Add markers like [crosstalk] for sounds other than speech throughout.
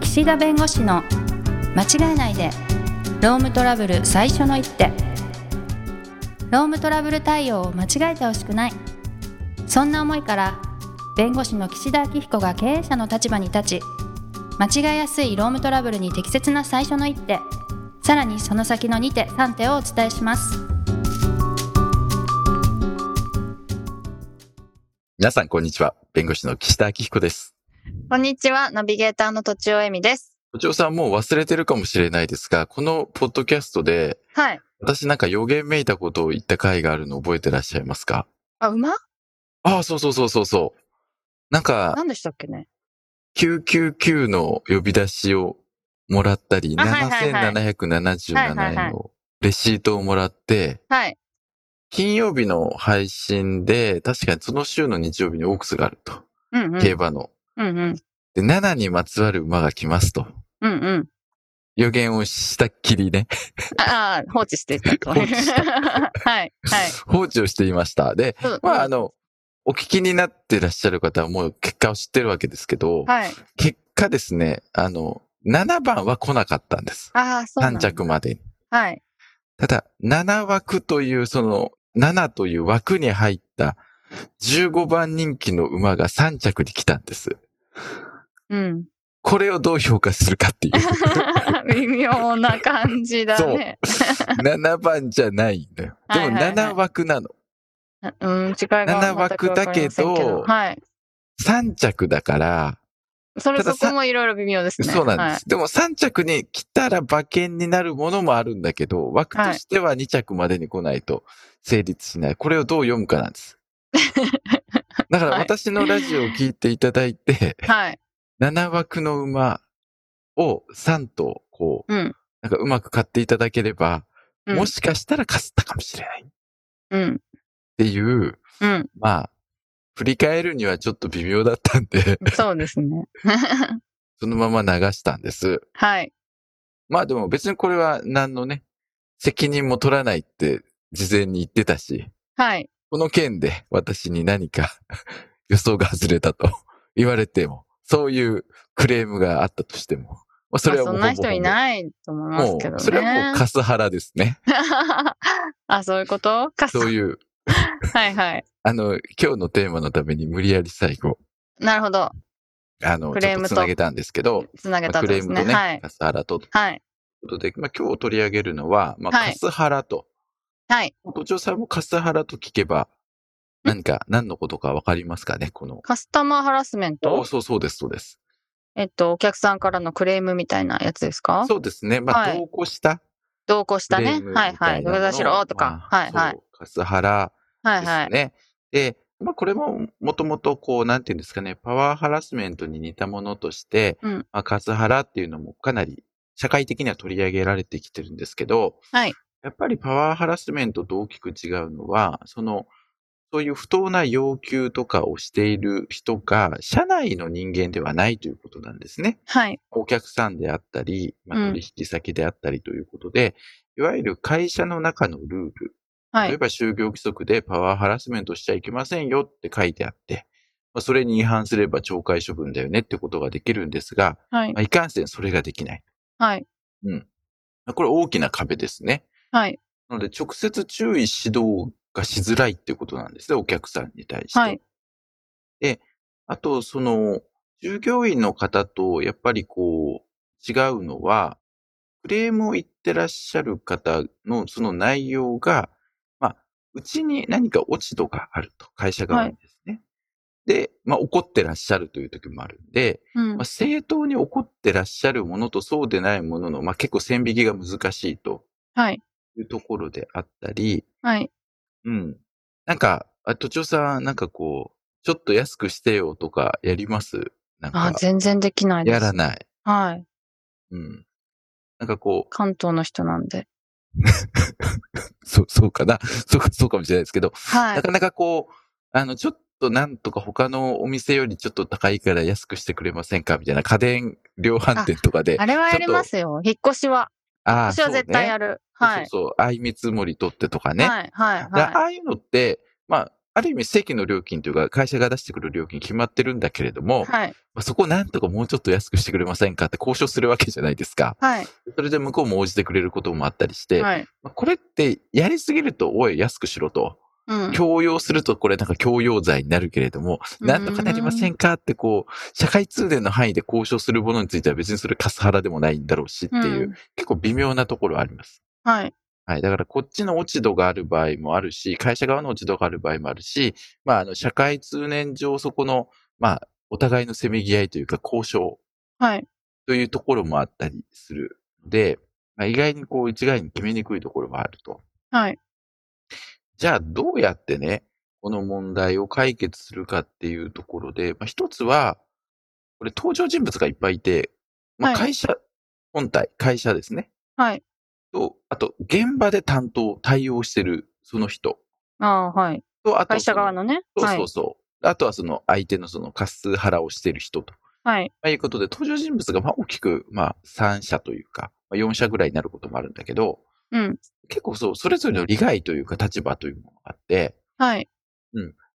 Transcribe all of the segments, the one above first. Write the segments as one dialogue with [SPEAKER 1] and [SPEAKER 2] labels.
[SPEAKER 1] 岸田弁護士の間違えないでロームトラブル最初の一手ロームトラブル対応を間違えてほしくないそんな思いから弁護士の岸田明彦が経営者の立場に立ち間違えやすいロームトラブルに適切な最初の一手さらにその先の2手3手をお伝えします
[SPEAKER 2] 皆さん、こんにちは。弁護士の岸田明彦です。
[SPEAKER 3] こんにちは、ナビゲーターのとちおえみです。
[SPEAKER 2] 部長さん、もう忘れてるかもしれないですが、このポッドキャストで、
[SPEAKER 3] はい。
[SPEAKER 2] 私なんか予言めいたことを言った回があるの覚えてらっしゃいますか
[SPEAKER 3] あ、馬
[SPEAKER 2] ああ、そうそうそうそうそう。なんか、
[SPEAKER 3] 何でしたっけね
[SPEAKER 2] 999の呼び出しをもらったり、
[SPEAKER 3] あはいはいはいはいは
[SPEAKER 2] 7777
[SPEAKER 3] い
[SPEAKER 2] 円のレシートをもらって、
[SPEAKER 3] はい。
[SPEAKER 2] 金曜日の配信で、確かにその週の日曜日にオークスがあると。
[SPEAKER 3] うんうん。
[SPEAKER 2] 競馬の。
[SPEAKER 3] うんうん。
[SPEAKER 2] で、7にまつわる馬が来ますと。
[SPEAKER 3] うんうん。
[SPEAKER 2] 予言をしたっきりね。
[SPEAKER 3] ああ、放置してたと。
[SPEAKER 2] 放置した
[SPEAKER 3] はい。はい。
[SPEAKER 2] 放置をしていました。で、
[SPEAKER 3] そう
[SPEAKER 2] まあ、あの、お聞きになってらっしゃる方はもう結果を知ってるわけですけど、
[SPEAKER 3] はい。
[SPEAKER 2] 結果ですね、あの、7番は来なかったんです。
[SPEAKER 3] ああ、そうなん
[SPEAKER 2] 3
[SPEAKER 3] だ。
[SPEAKER 2] 着までに。
[SPEAKER 3] はい。
[SPEAKER 2] ただ、7枠という、その、7という枠に入った15番人気の馬が3着に来たんです。
[SPEAKER 3] うん。
[SPEAKER 2] これをどう評価する
[SPEAKER 3] [laughs]
[SPEAKER 2] かっていう。
[SPEAKER 3] 微妙な感じだ
[SPEAKER 2] そう
[SPEAKER 3] ね。。 [laughs]
[SPEAKER 2] 7番じゃないのよ。でも
[SPEAKER 3] はいはいはい
[SPEAKER 2] 7枠なの。
[SPEAKER 3] うん、違いが
[SPEAKER 2] 七枠だけど
[SPEAKER 3] 全くわかりませんはい。
[SPEAKER 2] 3着だから、
[SPEAKER 3] それ
[SPEAKER 2] ただ
[SPEAKER 3] そ
[SPEAKER 2] さ
[SPEAKER 3] こもいろいろ微妙ですね。
[SPEAKER 2] そうなんです。
[SPEAKER 3] はい。
[SPEAKER 2] でも3着に来たら馬券になるものもあるんだけど、枠としては2着までに来ないと成立しない。これをどう読むかな
[SPEAKER 3] [laughs]
[SPEAKER 2] んです。だから
[SPEAKER 3] はい
[SPEAKER 2] 私のラジオを聞いていただいて、
[SPEAKER 3] はい。
[SPEAKER 2] 7枠の馬を3頭、こう、
[SPEAKER 3] うん
[SPEAKER 2] なんかうまく買っていただければ、
[SPEAKER 3] うん
[SPEAKER 2] もしかしたらかすったかもしれないっ
[SPEAKER 3] うん。
[SPEAKER 2] ていう、
[SPEAKER 3] うん。
[SPEAKER 2] まあ、振り返るにはちょっと微妙だったんで、
[SPEAKER 3] そうですね。
[SPEAKER 2] そのまま流したんです。
[SPEAKER 3] はい。
[SPEAKER 2] まあでも別にこれは何のね、責任も取らないって事前に言ってたし、
[SPEAKER 3] はい。
[SPEAKER 2] この件で私に何か [laughs] 予想が外れたと言われても、そういうクレームがあったとしても、まあそれ
[SPEAKER 3] ま
[SPEAKER 2] はも
[SPEAKER 3] あ
[SPEAKER 2] う
[SPEAKER 3] そんな
[SPEAKER 2] ほぼほぼ
[SPEAKER 3] 人いないと思います
[SPEAKER 2] も
[SPEAKER 3] けどね。
[SPEAKER 2] う、それはもうカスハラですね。
[SPEAKER 3] あ、そういうことか
[SPEAKER 2] そういう、
[SPEAKER 3] はいはい。
[SPEAKER 2] あの、今日のテーマのために無理やり最後、
[SPEAKER 3] なるほど。
[SPEAKER 2] あの、
[SPEAKER 3] ク
[SPEAKER 2] ち
[SPEAKER 3] レ
[SPEAKER 2] ょ
[SPEAKER 3] ー
[SPEAKER 2] っ
[SPEAKER 3] ム
[SPEAKER 2] と
[SPEAKER 3] と
[SPEAKER 2] つなげたんですけど、
[SPEAKER 3] つなげ
[SPEAKER 2] ま
[SPEAKER 3] た
[SPEAKER 2] あ
[SPEAKER 3] ん
[SPEAKER 2] クレ
[SPEAKER 3] で
[SPEAKER 2] ー
[SPEAKER 3] す
[SPEAKER 2] ム
[SPEAKER 3] ね。
[SPEAKER 2] とね、
[SPEAKER 3] はい。
[SPEAKER 2] カスハラとという
[SPEAKER 3] はい。
[SPEAKER 2] ことで、まあ今日取り上げるのは、まあ、
[SPEAKER 3] はい
[SPEAKER 2] カスハラと、
[SPEAKER 3] はい。
[SPEAKER 2] 都庁さんもカスハラと聞けば、何か、何のことかわかりますかねこの。
[SPEAKER 3] カスタマーハラスメン
[SPEAKER 2] お
[SPEAKER 3] ト
[SPEAKER 2] そうそうです、そうです。
[SPEAKER 3] えっと、お客さんからのクレームみたいなやつですか
[SPEAKER 2] そうですね。まあ、
[SPEAKER 3] はい
[SPEAKER 2] 投稿した
[SPEAKER 3] 同行し
[SPEAKER 2] ク
[SPEAKER 3] た
[SPEAKER 2] レ
[SPEAKER 3] ね
[SPEAKER 2] ーム。みた
[SPEAKER 3] はい
[SPEAKER 2] い
[SPEAKER 3] はい。
[SPEAKER 2] な
[SPEAKER 3] 土下座
[SPEAKER 2] のを。
[SPEAKER 3] しろとか。
[SPEAKER 2] まあ
[SPEAKER 3] はいはい。。
[SPEAKER 2] そうカスハラで
[SPEAKER 3] はい
[SPEAKER 2] す
[SPEAKER 3] はい。
[SPEAKER 2] ね。で、まあ、これも、もともと、こう、なんていうんですかね、パワーハラスメントに似たものとして、
[SPEAKER 3] うん
[SPEAKER 2] まあ、カスハラっていうのもかなり、社会的には取り上げられてきてるんですけど、
[SPEAKER 3] はい
[SPEAKER 2] やっぱりパワーハラスメントと大きく違うのは、その、そういう不当な要求とかをしている人が、社内の人間ではないということなんですね。
[SPEAKER 3] はい。
[SPEAKER 2] お客さんであったり、まあ
[SPEAKER 3] うん
[SPEAKER 2] 取引先であったりということで、いわゆる会社の中のルール、
[SPEAKER 3] は
[SPEAKER 2] 例え
[SPEAKER 3] い。
[SPEAKER 2] ば就業規則でパワーハラスメントしちゃいけませんよって書いてあって、まあ、それに違反すれば懲戒処分だよねってことができるんですが、
[SPEAKER 3] はい
[SPEAKER 2] ま。あ、いかんせんそれができない。
[SPEAKER 3] はい。
[SPEAKER 2] まあこれ大きな壁ですね。
[SPEAKER 3] はい。
[SPEAKER 2] なので直接注意指導がしづらいってことなんですね、お客さんに対して。
[SPEAKER 3] はい
[SPEAKER 2] で、あとその、従業員の方とやっぱりこう、違うのは、クレームを言ってらっしゃる方のその内容が、まあ、うちに何か落ち度があると、会社側にですね。で、まあ怒ってらっしゃるという時もあるんで、
[SPEAKER 3] うん
[SPEAKER 2] まあ、。正当に怒ってらっしゃるものとそうでないものの、まあ結構線引きが難しいと
[SPEAKER 3] はい。
[SPEAKER 2] いうところであったり、
[SPEAKER 3] はい。
[SPEAKER 2] うん。なんか、あ、都庁さん、なんかこう、ちょっと安くしてよとかやりますなん
[SPEAKER 3] あ
[SPEAKER 2] か、、
[SPEAKER 3] 全然できないで
[SPEAKER 2] や
[SPEAKER 3] す
[SPEAKER 2] ら。ない。
[SPEAKER 3] はい。
[SPEAKER 2] うん。なんかこ
[SPEAKER 3] 関東の人なんで。
[SPEAKER 2] う、そう、そうかな。 [laughs] そう、そうかもしれないですけど、
[SPEAKER 3] は。
[SPEAKER 2] ないかなかこう、あの、ちょっとなんとか他のお店よりちょっと高いから安くしてくれませんかみたいな家電量販店とかで。
[SPEAKER 3] あれはやりますよ。引っ越しは。
[SPEAKER 2] あ
[SPEAKER 3] 引っ
[SPEAKER 2] あ、
[SPEAKER 3] 越しは絶対や
[SPEAKER 2] る。
[SPEAKER 3] る。
[SPEAKER 2] そう
[SPEAKER 3] はい。
[SPEAKER 2] そうそう、相見積もり取ってとかね。
[SPEAKER 3] はい。はい。
[SPEAKER 2] だ
[SPEAKER 3] は
[SPEAKER 2] ああいうのって、まあ、ある意味正規の料金というか、会社が出してくる料金決まってるんだけれども、
[SPEAKER 3] はい。
[SPEAKER 2] まあそこなんとかもうちょっと安くしてくれませんかって交渉するわけじゃないですか。
[SPEAKER 3] はい。
[SPEAKER 2] それで向こうも応じてくれることもあったりして、
[SPEAKER 3] はい。
[SPEAKER 2] まあこれってやりすぎると、おい、安くしろと。
[SPEAKER 3] うん。
[SPEAKER 2] 強要するとこれなんか強要罪になるけれども、なんとかなりませんかってこう、社会通念の範囲で交渉するものについては別にそれカスハラでもないんだろうしってい
[SPEAKER 3] う
[SPEAKER 2] う、
[SPEAKER 3] ん
[SPEAKER 2] 結構微妙なところはあります。
[SPEAKER 3] はい。
[SPEAKER 2] はい。だからこっちの落ち度がある場合もあるし、会社側の落ち度がある場合もあるし、まあ、あの、社会通念上そこの、まあ、お互いのせめぎ合いというか交渉
[SPEAKER 3] はい。
[SPEAKER 2] というところもあったりするので、まあ、意外にこう一概に決めにくいところはあると。
[SPEAKER 3] はい。
[SPEAKER 2] じゃあどうやってね、この問題を解決するかっていうところで、まあ、一つは、これ登場人物がいっぱいいて、まあ、
[SPEAKER 3] はい
[SPEAKER 2] 会社、本体、会社ですね。
[SPEAKER 3] はい。
[SPEAKER 2] と、あと、現場で担当、対応してるその人。
[SPEAKER 3] ああ、はい。
[SPEAKER 2] と、あと、
[SPEAKER 3] 会社側のね。
[SPEAKER 2] その。
[SPEAKER 3] は
[SPEAKER 2] そう
[SPEAKER 3] い。
[SPEAKER 2] そうそう。あとはその相手のその過数払をしてる人と。
[SPEAKER 3] はい。
[SPEAKER 2] まあ、いうことで、登場人物がまあ大きく、まあ、3社というか、まあ、4社ぐらいになることもあるんだけど、
[SPEAKER 3] うん。
[SPEAKER 2] 結構そう、それぞれの利害というか立場というものがあって、
[SPEAKER 3] はい。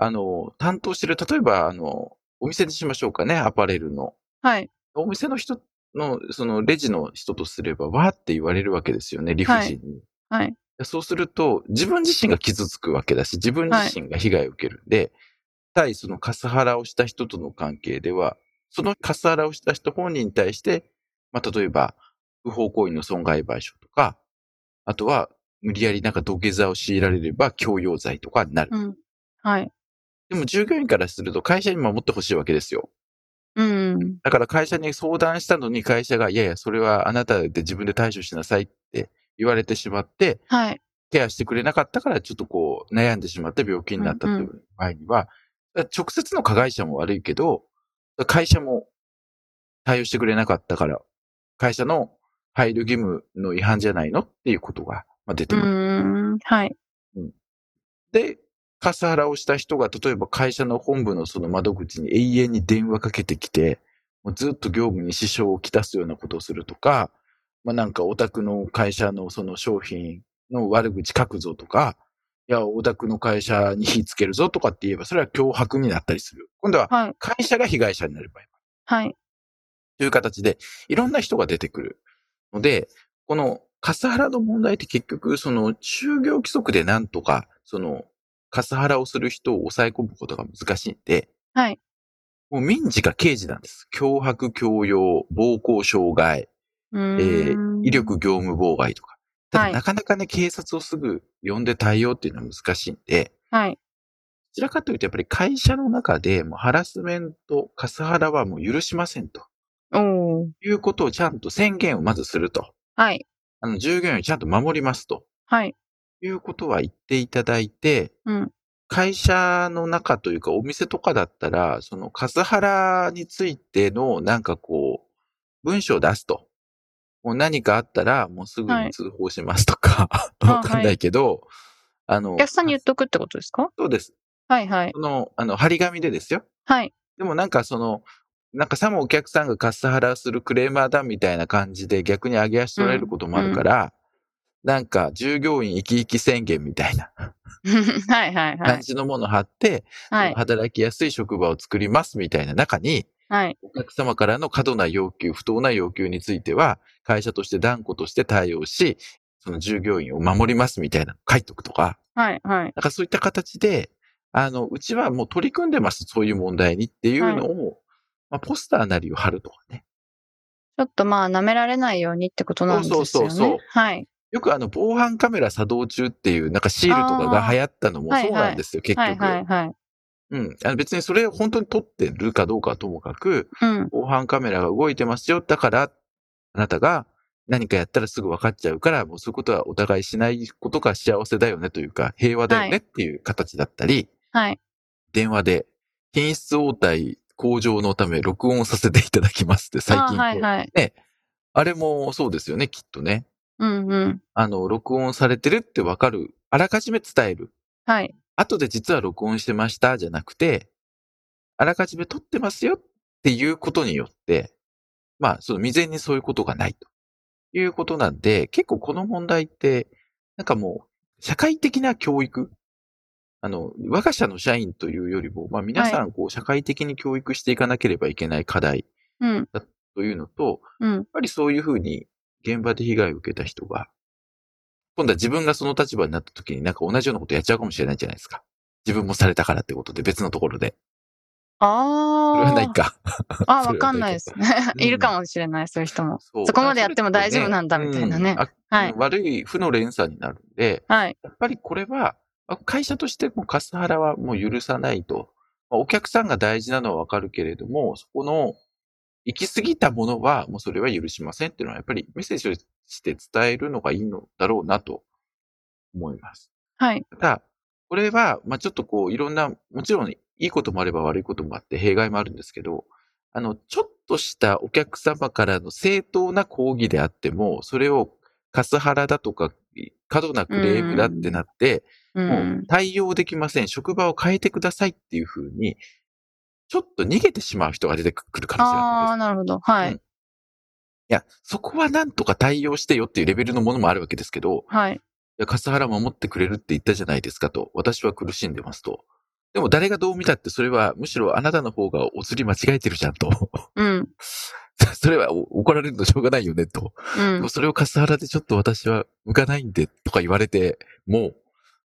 [SPEAKER 2] あの、担当してる、例えば、あの、お店にしましょうかね、アパレルの。
[SPEAKER 3] はい。
[SPEAKER 2] お店の人の、そのレジの人とすれば、わーって言われるわけですよね、理不尽に。
[SPEAKER 3] はい。
[SPEAKER 2] そうすると、自分自身が傷つくわけだし、自分自身が被害を受けるんで、対そのカスハラをした人との関係では、そのカスハラをした人本人に対して、まあ、例えば、不法行為の損害賠償とか、あとは、無理やりなんか土下座を強いられれば強要罪とかになる。
[SPEAKER 3] うん。はい。
[SPEAKER 2] でも従業員からすると会社に守ってほしいわけですよ。
[SPEAKER 3] うん。
[SPEAKER 2] だから会社に相談したのに会社が、いやいや、それはあなたで自分で対処しなさいって言われてしまって、
[SPEAKER 3] はい。
[SPEAKER 2] ケアしてくれなかったからちょっとこう悩んでしまって病気になったという場合には、直接の加害者も悪いけど、会社も対応してくれなかったから、会社の配慮義務の違反じゃないのっていうことがまあ出て
[SPEAKER 3] う
[SPEAKER 2] くる。
[SPEAKER 3] ん。はい。
[SPEAKER 2] で、カスハラをした人が、例えば会社の本部のその窓口に永遠に電話かけてきて、もうずっと業務に支障をきたすようなことをするとか、まあなんかお宅の会社のその商品の悪口書くぞとか、いや、お宅の会社に火つけるぞとかって言えば、それは脅迫になったりする。今度は
[SPEAKER 3] はい。
[SPEAKER 2] 会社が被害者になる場合もある
[SPEAKER 3] はい。
[SPEAKER 2] という形で、いろんな人が出てくるので、このカスハラの問題って結局、その就業規則でなんとか、そのカスハラをする人を抑え込むことが難しいんで、
[SPEAKER 3] はい。
[SPEAKER 2] もう民事か刑事なんです。脅迫、強要、暴行、傷害、
[SPEAKER 3] う
[SPEAKER 2] え
[SPEAKER 3] ん
[SPEAKER 2] ー、威。力業務妨害とか。た
[SPEAKER 3] は
[SPEAKER 2] だ
[SPEAKER 3] い
[SPEAKER 2] なかなかね、警察をすぐ呼んで対応っていうのは難しいんで、
[SPEAKER 3] はい。
[SPEAKER 2] どちらかというとやっぱり会社の中でもうハラスメント、カスハラはもう許しませんと
[SPEAKER 3] おー。
[SPEAKER 2] いうことをちゃんと宣言をまずすると。
[SPEAKER 3] はい。
[SPEAKER 2] あの、従業員をちゃんと守りますと
[SPEAKER 3] はい。
[SPEAKER 2] いうことは言っていただいて、
[SPEAKER 3] うん。
[SPEAKER 2] 会社の中というかお店とかだったら、そのカスハラについてのなんかこう、文章を出すと。もう何かあったらもうすぐに通報しますとか、 [laughs]
[SPEAKER 3] い
[SPEAKER 2] わかんないけど、あの
[SPEAKER 3] お、客さんに言っとくってことですか
[SPEAKER 2] そうです。
[SPEAKER 3] はい。はい。
[SPEAKER 2] その、あの、張り紙でですよ。
[SPEAKER 3] はい。 [laughs]
[SPEAKER 2] でもなんかその、なんかさもお客さんがカスハラするクレーマーだみたいな感じで逆に上げ足取られることもあるから、なんか従業員生き生き宣言みたいな
[SPEAKER 3] はい。はい。は
[SPEAKER 2] 感
[SPEAKER 3] い。
[SPEAKER 2] じのものを貼って、
[SPEAKER 3] はい。
[SPEAKER 2] 働きやすい職場を作りますみたいな中に、
[SPEAKER 3] はい。
[SPEAKER 2] お客様からの過度な要求、不当な要求については、会社として断固として対応し、その従業員を守りますみたいなの書いとくとか、
[SPEAKER 3] はい。はい。
[SPEAKER 2] なんかそういった形で、あの、うちはもう取り組んでます、そういう問題にっていうのを、まあ、ポスターなりを貼るとかね。
[SPEAKER 3] ちょっとまあ、舐められないようにってことなんですよね。
[SPEAKER 2] そうそうそうそう
[SPEAKER 3] はい。
[SPEAKER 2] よくあの、防犯カメラ作動中っていう、なんかシールとかが流行ったのも
[SPEAKER 3] あー
[SPEAKER 2] そうなんですよ、
[SPEAKER 3] は
[SPEAKER 2] 結
[SPEAKER 3] い。
[SPEAKER 2] 局。
[SPEAKER 3] はい。はい。
[SPEAKER 2] うん。あの別にそれを本当に撮ってるかどうかはともかく、
[SPEAKER 3] うん。
[SPEAKER 2] 防犯カメラが動いてますよ。だから、あなたが何かやったらすぐ分かっちゃうから、もうそういうことはお互いしないことが幸せだよねというか、平和だよ
[SPEAKER 3] は
[SPEAKER 2] ねっていう形だったり、
[SPEAKER 3] はい。
[SPEAKER 2] 電話で、品質応対向上のため録音させていただきますって最
[SPEAKER 3] あ
[SPEAKER 2] 近こう、
[SPEAKER 3] はい。はい。
[SPEAKER 2] あれもそうですよね、きっとね。
[SPEAKER 3] うん。うん。
[SPEAKER 2] あの、録音されてるって分かる。あらかじめ伝える。
[SPEAKER 3] はい。
[SPEAKER 2] 後で実は録音してましたじゃなくて、あらかじめ撮ってますよっていうことによって、まあ、その未然にそういうことがないということなんで、結構この問題って、なんかもう、社会的な教育あの、我が社の社員というよりも、まあ皆さん、こう、社会的に教育していかなければいけない課題
[SPEAKER 3] うん。
[SPEAKER 2] というのと、
[SPEAKER 3] うん
[SPEAKER 2] やっ。ぱりそういうふうに現場で被害を受けた人が、今度は自分がその立場になった時になんか同じようなことやっちゃうかもしれないじゃないですか。自分もされたからってことで別のところで。
[SPEAKER 3] ああ。
[SPEAKER 2] それはないか。
[SPEAKER 3] あ、
[SPEAKER 2] そ
[SPEAKER 3] わ
[SPEAKER 2] れは
[SPEAKER 3] かんないですね。
[SPEAKER 2] う
[SPEAKER 3] [laughs]
[SPEAKER 2] ん
[SPEAKER 3] いるかもしれない、そういう人も。
[SPEAKER 2] そう
[SPEAKER 3] そこまでやっても大丈夫なんだみたいなね
[SPEAKER 2] あ
[SPEAKER 3] はい
[SPEAKER 2] 悪い負の連鎖になるんで、
[SPEAKER 3] はい。
[SPEAKER 2] やっぱりこれは、あ会社としてもカスハラはもう許さないと。まあお客さんが大事なのはわかるけれども、そこの行き過ぎたものはもうそれは許しませんっていうのはやっぱりメッセージをして伝えるのがいいのだろうなと思います。
[SPEAKER 3] はい。
[SPEAKER 2] ただ、これは、まあ、ちょっとこういろんな、もちろんいいこともあれば悪いこともあって弊害もあるんですけど、あの、ちょっとしたお客様からの正当な抗議であっても、それをカスハラだとか、過度なクレームだってなって、
[SPEAKER 3] う
[SPEAKER 2] も
[SPEAKER 3] ん
[SPEAKER 2] う。対応できません。職場を変えてくださいっていうふうに、ちょっと逃げてしまう人が出てくるかもしれない
[SPEAKER 3] あ
[SPEAKER 2] です
[SPEAKER 3] あ、。なるほど。は
[SPEAKER 2] う
[SPEAKER 3] い
[SPEAKER 2] ん。いや、そこはなんとか対応してよっていうレベルのものもあるわけですけど、
[SPEAKER 3] はい。
[SPEAKER 2] いやカスハラ守ってくれるって言ったじゃないですかと、私は苦しんでますと。でも誰がどう見たってそれはむしろあなたの方がお釣り間違えてるじゃんと。 [laughs]
[SPEAKER 3] うん。
[SPEAKER 2] それはお怒られるのしょうがないよねと。
[SPEAKER 3] う
[SPEAKER 2] でも
[SPEAKER 3] ん。
[SPEAKER 2] それをカスハラでちょっと私は向かないんでとか言われても、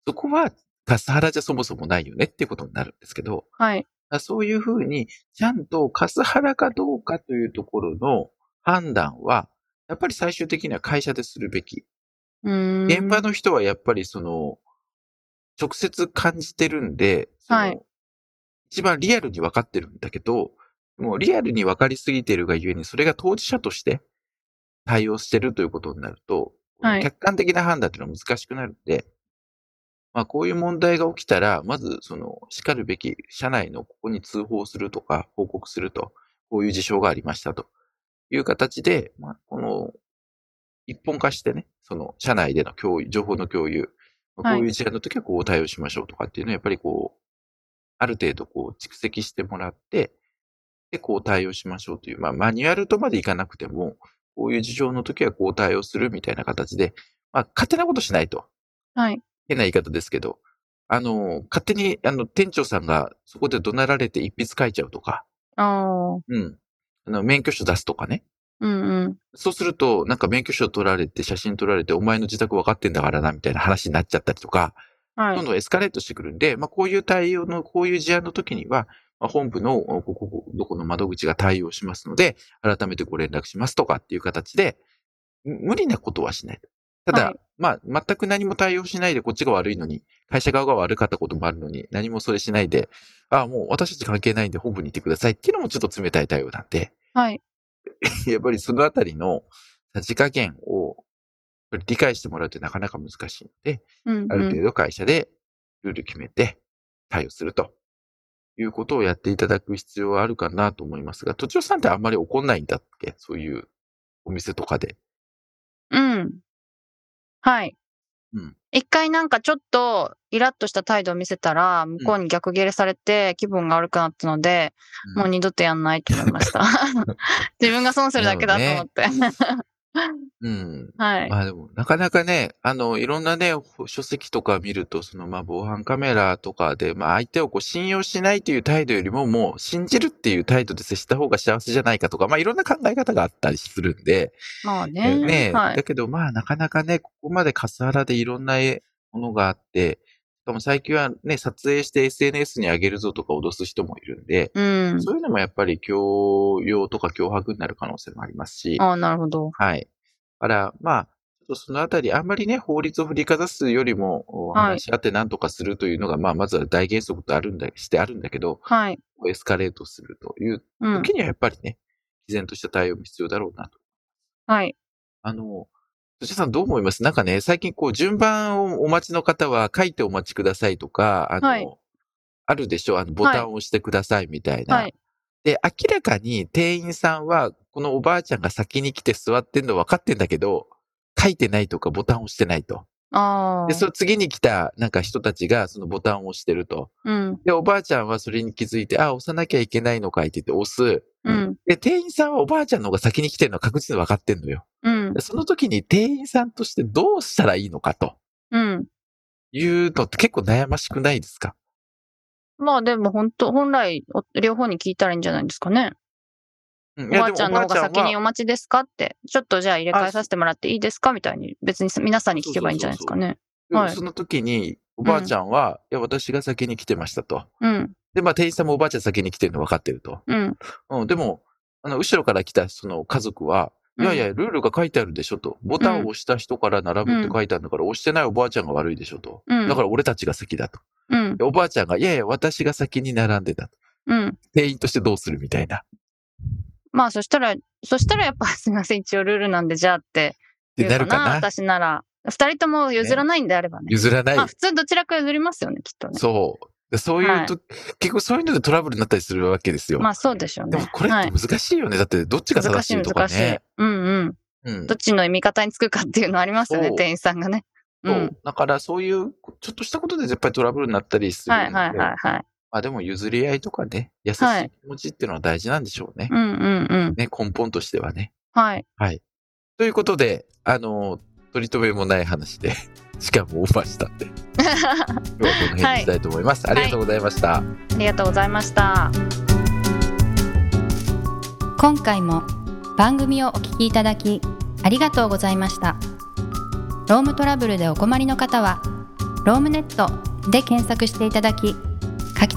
[SPEAKER 2] そこはカスハラじゃそもそもないよねっていうことになるんですけど、
[SPEAKER 3] はい。
[SPEAKER 2] だからそういうふうに、ちゃんとカスハラかどうかというところの判断は、やっぱり最終的には会社でするべき。
[SPEAKER 3] うん。
[SPEAKER 2] 現場の人はやっぱりその、直接感じてるんで、その
[SPEAKER 3] はい
[SPEAKER 2] 一番リアルに分かってるんだけど、もうリアルに分かりすぎてるがゆえに、それが当事者として対応してるということになると、
[SPEAKER 3] はい
[SPEAKER 2] 客観的な判断というのは難しくなるんで、まあこういう問題が起きたら、まずその、叱るべき社内のここに通報するとか、報告すると、こういう事象がありましたという形で、まあこの、一本化してね、その、社内での共有、情報の共有、まあ
[SPEAKER 3] はい
[SPEAKER 2] こういう事案の時はこう対応しましょうとかっていうのは、やっぱりこう、ある程度こう蓄積してもらって、で、こう対応しましょうという、まあマニュアルとまでいかなくても、こういう事情の時はこう対応するみたいな形で、まあ勝手なことしないと。
[SPEAKER 3] はい。
[SPEAKER 2] 変な言い方ですけど、あの、勝手に、あの、店長さんがそこで怒鳴られて一筆書いちゃうとか、
[SPEAKER 3] ああ。
[SPEAKER 2] うん。あの、免許証出すとかね。
[SPEAKER 3] うんうん。
[SPEAKER 2] そうすると、なんか免許証取られて、写真取られて、お前の自宅分かってんだからな、みたいな話になっちゃったりとか、
[SPEAKER 3] は
[SPEAKER 2] どん
[SPEAKER 3] い。
[SPEAKER 2] どんエスカレートしてくるんで、まあ、こういう対応の、こういう事案の時には、まあ、本部の、ここ、ここどこの窓口が対応しますので、改めてご連絡しますとかっていう形で、む無理なことはしない。ただ、
[SPEAKER 3] はい
[SPEAKER 2] まあ、全く何も対応しないでこっちが悪いのに、会社側が悪かったこともあるのに、何もそれしないで、ああ、もう私たち関係ないんで本部に行ってくださいっていうのもちょっと冷たい対応なんで、
[SPEAKER 3] はい。
[SPEAKER 2] やっぱりそのあたりのさじ加減を理解してもらうってなかなか難しいので、
[SPEAKER 3] うん
[SPEAKER 2] ある
[SPEAKER 3] う
[SPEAKER 2] 程
[SPEAKER 3] ん。
[SPEAKER 2] 度会社でルール決めて対応するということをやっていただく必要はあるかなと思いますが、都庁さんってあんまり怒んないんだっけそういうお店とかで。
[SPEAKER 3] うん。はい
[SPEAKER 2] うん。
[SPEAKER 3] 一回なんかちょっとイラッとした態度を見せたら、向こうに逆ギレされて気分が悪くなったので、もう二度とやんないと思いま
[SPEAKER 2] [laughs]
[SPEAKER 3] した。自分が損するだけだと思って。
[SPEAKER 2] うん。
[SPEAKER 3] はい。
[SPEAKER 2] まあでも、なかなかね、あの、いろんなね、ほ書籍とか見ると、その、まあ、防犯カメラとかで、まあ、相手をこう、信用しないという態度よりも、もう、信じるっていう態度で接した方が幸せじゃないかとか、まあ、いろんな考え方があったりするんで、
[SPEAKER 3] まあね。
[SPEAKER 2] ね
[SPEAKER 3] は
[SPEAKER 2] だ
[SPEAKER 3] い。
[SPEAKER 2] けど、まあ、なかなかね、ここまでカスハラでいろんなえものがあって、しかも最近はね、撮影して SNS に上げるぞとか脅す人もいるんで、
[SPEAKER 3] うん。
[SPEAKER 2] そういうのもやっぱり強要とか脅迫になる可能性もありますし、
[SPEAKER 3] ああ、なるほど。
[SPEAKER 2] はい。だから、まあ、ちょっとそのあたり、あんまりね、法律を振りかざすよりも、お
[SPEAKER 3] はい
[SPEAKER 2] 話し合って何とかするというのが、まあ、まずは大原則とあるんだ、してあるんだけど、
[SPEAKER 3] はい。
[SPEAKER 2] エスカレートするという
[SPEAKER 3] うん。
[SPEAKER 2] 時には、やっぱりね、毅然とした対応も必要だろうなと。
[SPEAKER 3] はい。
[SPEAKER 2] あの、土屋さんどう思いますなんかね、最近こう、順番をお待ちの方は書いてお待ちくださいとか、あの、
[SPEAKER 3] はい
[SPEAKER 2] あるでしょあの、ボタンを押してくださいみたいな。
[SPEAKER 3] はい。
[SPEAKER 2] で、明らかに店員さんは、このおばあちゃんが先に来て座ってんの分かってんだけど、書いてないとかボタンを押してないと。
[SPEAKER 3] あ
[SPEAKER 2] で、
[SPEAKER 3] あ。
[SPEAKER 2] その次に来たなんか人たちがそのボタンを押してると。
[SPEAKER 3] うん。
[SPEAKER 2] で、おばあちゃんはそれに気づいて、あ、押さなきゃいけないのかいって言って押す。
[SPEAKER 3] うん。
[SPEAKER 2] で、店員さんはおばあちゃんの方が先に来てるのは確実に分かってんのよ。
[SPEAKER 3] うん
[SPEAKER 2] で。その時に店員さんとしてどうしたらいいのかと。
[SPEAKER 3] うん。
[SPEAKER 2] いうのって結構悩ましくないですか
[SPEAKER 3] まあでも本当、本来、お両方に聞いたらいいんじゃないですかね。
[SPEAKER 2] う
[SPEAKER 3] お
[SPEAKER 2] いや
[SPEAKER 3] ばあちゃんの方が先に
[SPEAKER 2] で
[SPEAKER 3] お
[SPEAKER 2] も
[SPEAKER 3] 待ちですかって、ちょっとじゃあ入れ替えさせてもらっていいですかみたいに、別に皆さんに聞けばいいんじゃないですかね。
[SPEAKER 2] おば
[SPEAKER 3] はい
[SPEAKER 2] あちゃんはでもその時に、おばあちゃんは、いや、私が先に来てましたと。
[SPEAKER 3] うん、
[SPEAKER 2] で、まあ、店員さんもおばあちゃん先に来てるの分かってると。
[SPEAKER 3] うん。
[SPEAKER 2] うん、でも、あの、後ろから来たその家族は、
[SPEAKER 3] うん
[SPEAKER 2] いやいや、ルールが書いてあるでしょと。ボタンを押した人から並ぶって書いてあるんだから、押してないおばあちゃんが悪いでしょと。
[SPEAKER 3] うん、
[SPEAKER 2] だから俺たちが先だと。
[SPEAKER 3] うん、
[SPEAKER 2] でおばあちゃんが、いやいや、私が先に並んでたと。
[SPEAKER 3] うん。
[SPEAKER 2] 店員としてどうするみたいな。っ
[SPEAKER 3] まあそしたら、そしたらやっぱ [laughs] すいません、一応ルールなんでじゃあって
[SPEAKER 2] て
[SPEAKER 3] 言
[SPEAKER 2] な
[SPEAKER 3] うか
[SPEAKER 2] るか
[SPEAKER 3] な、
[SPEAKER 2] な。
[SPEAKER 3] 私なら。二人とも譲らないんであればね。
[SPEAKER 2] 譲らない
[SPEAKER 3] まあ。普通どちらか譲りますよね、きっとね。
[SPEAKER 2] そう。でそういうと、結構そういうのでトラブルになったりするわけですよ。
[SPEAKER 3] まあそうでしょう
[SPEAKER 2] で
[SPEAKER 3] ね。
[SPEAKER 2] もこれって難しいよね。だってどっちが正
[SPEAKER 3] 難
[SPEAKER 2] し
[SPEAKER 3] しい
[SPEAKER 2] いとか
[SPEAKER 3] 難しい
[SPEAKER 2] ね。。
[SPEAKER 3] うんうん。
[SPEAKER 2] うん
[SPEAKER 3] どっちの味方につくかっていうのありますよね
[SPEAKER 2] そ、う
[SPEAKER 3] 店員さんがね。う
[SPEAKER 2] そ
[SPEAKER 3] ん。
[SPEAKER 2] う。だからそういう、ちょっとしたことでやっぱりトラブルになったりするん
[SPEAKER 3] は
[SPEAKER 2] で。
[SPEAKER 3] いはいはいはい。
[SPEAKER 2] まあでも譲り合いとかね、優しい
[SPEAKER 3] はい
[SPEAKER 2] 気持ちっていうのは大事なんでしょうね。
[SPEAKER 3] うんうんうん。
[SPEAKER 2] ね、根本としてはね。
[SPEAKER 3] はい。
[SPEAKER 2] ということで、あのー取り留めもない話で、 [laughs] しかもオーバーした
[SPEAKER 3] [laughs]
[SPEAKER 2] んで、今日はこの辺にしたいと思います。ありがとうございました。
[SPEAKER 3] ありがとうございました。
[SPEAKER 1] 今回も番組をお聞きいただきありがとうございましたロームトラブルでお困りの方はロームネットで検索していただき柿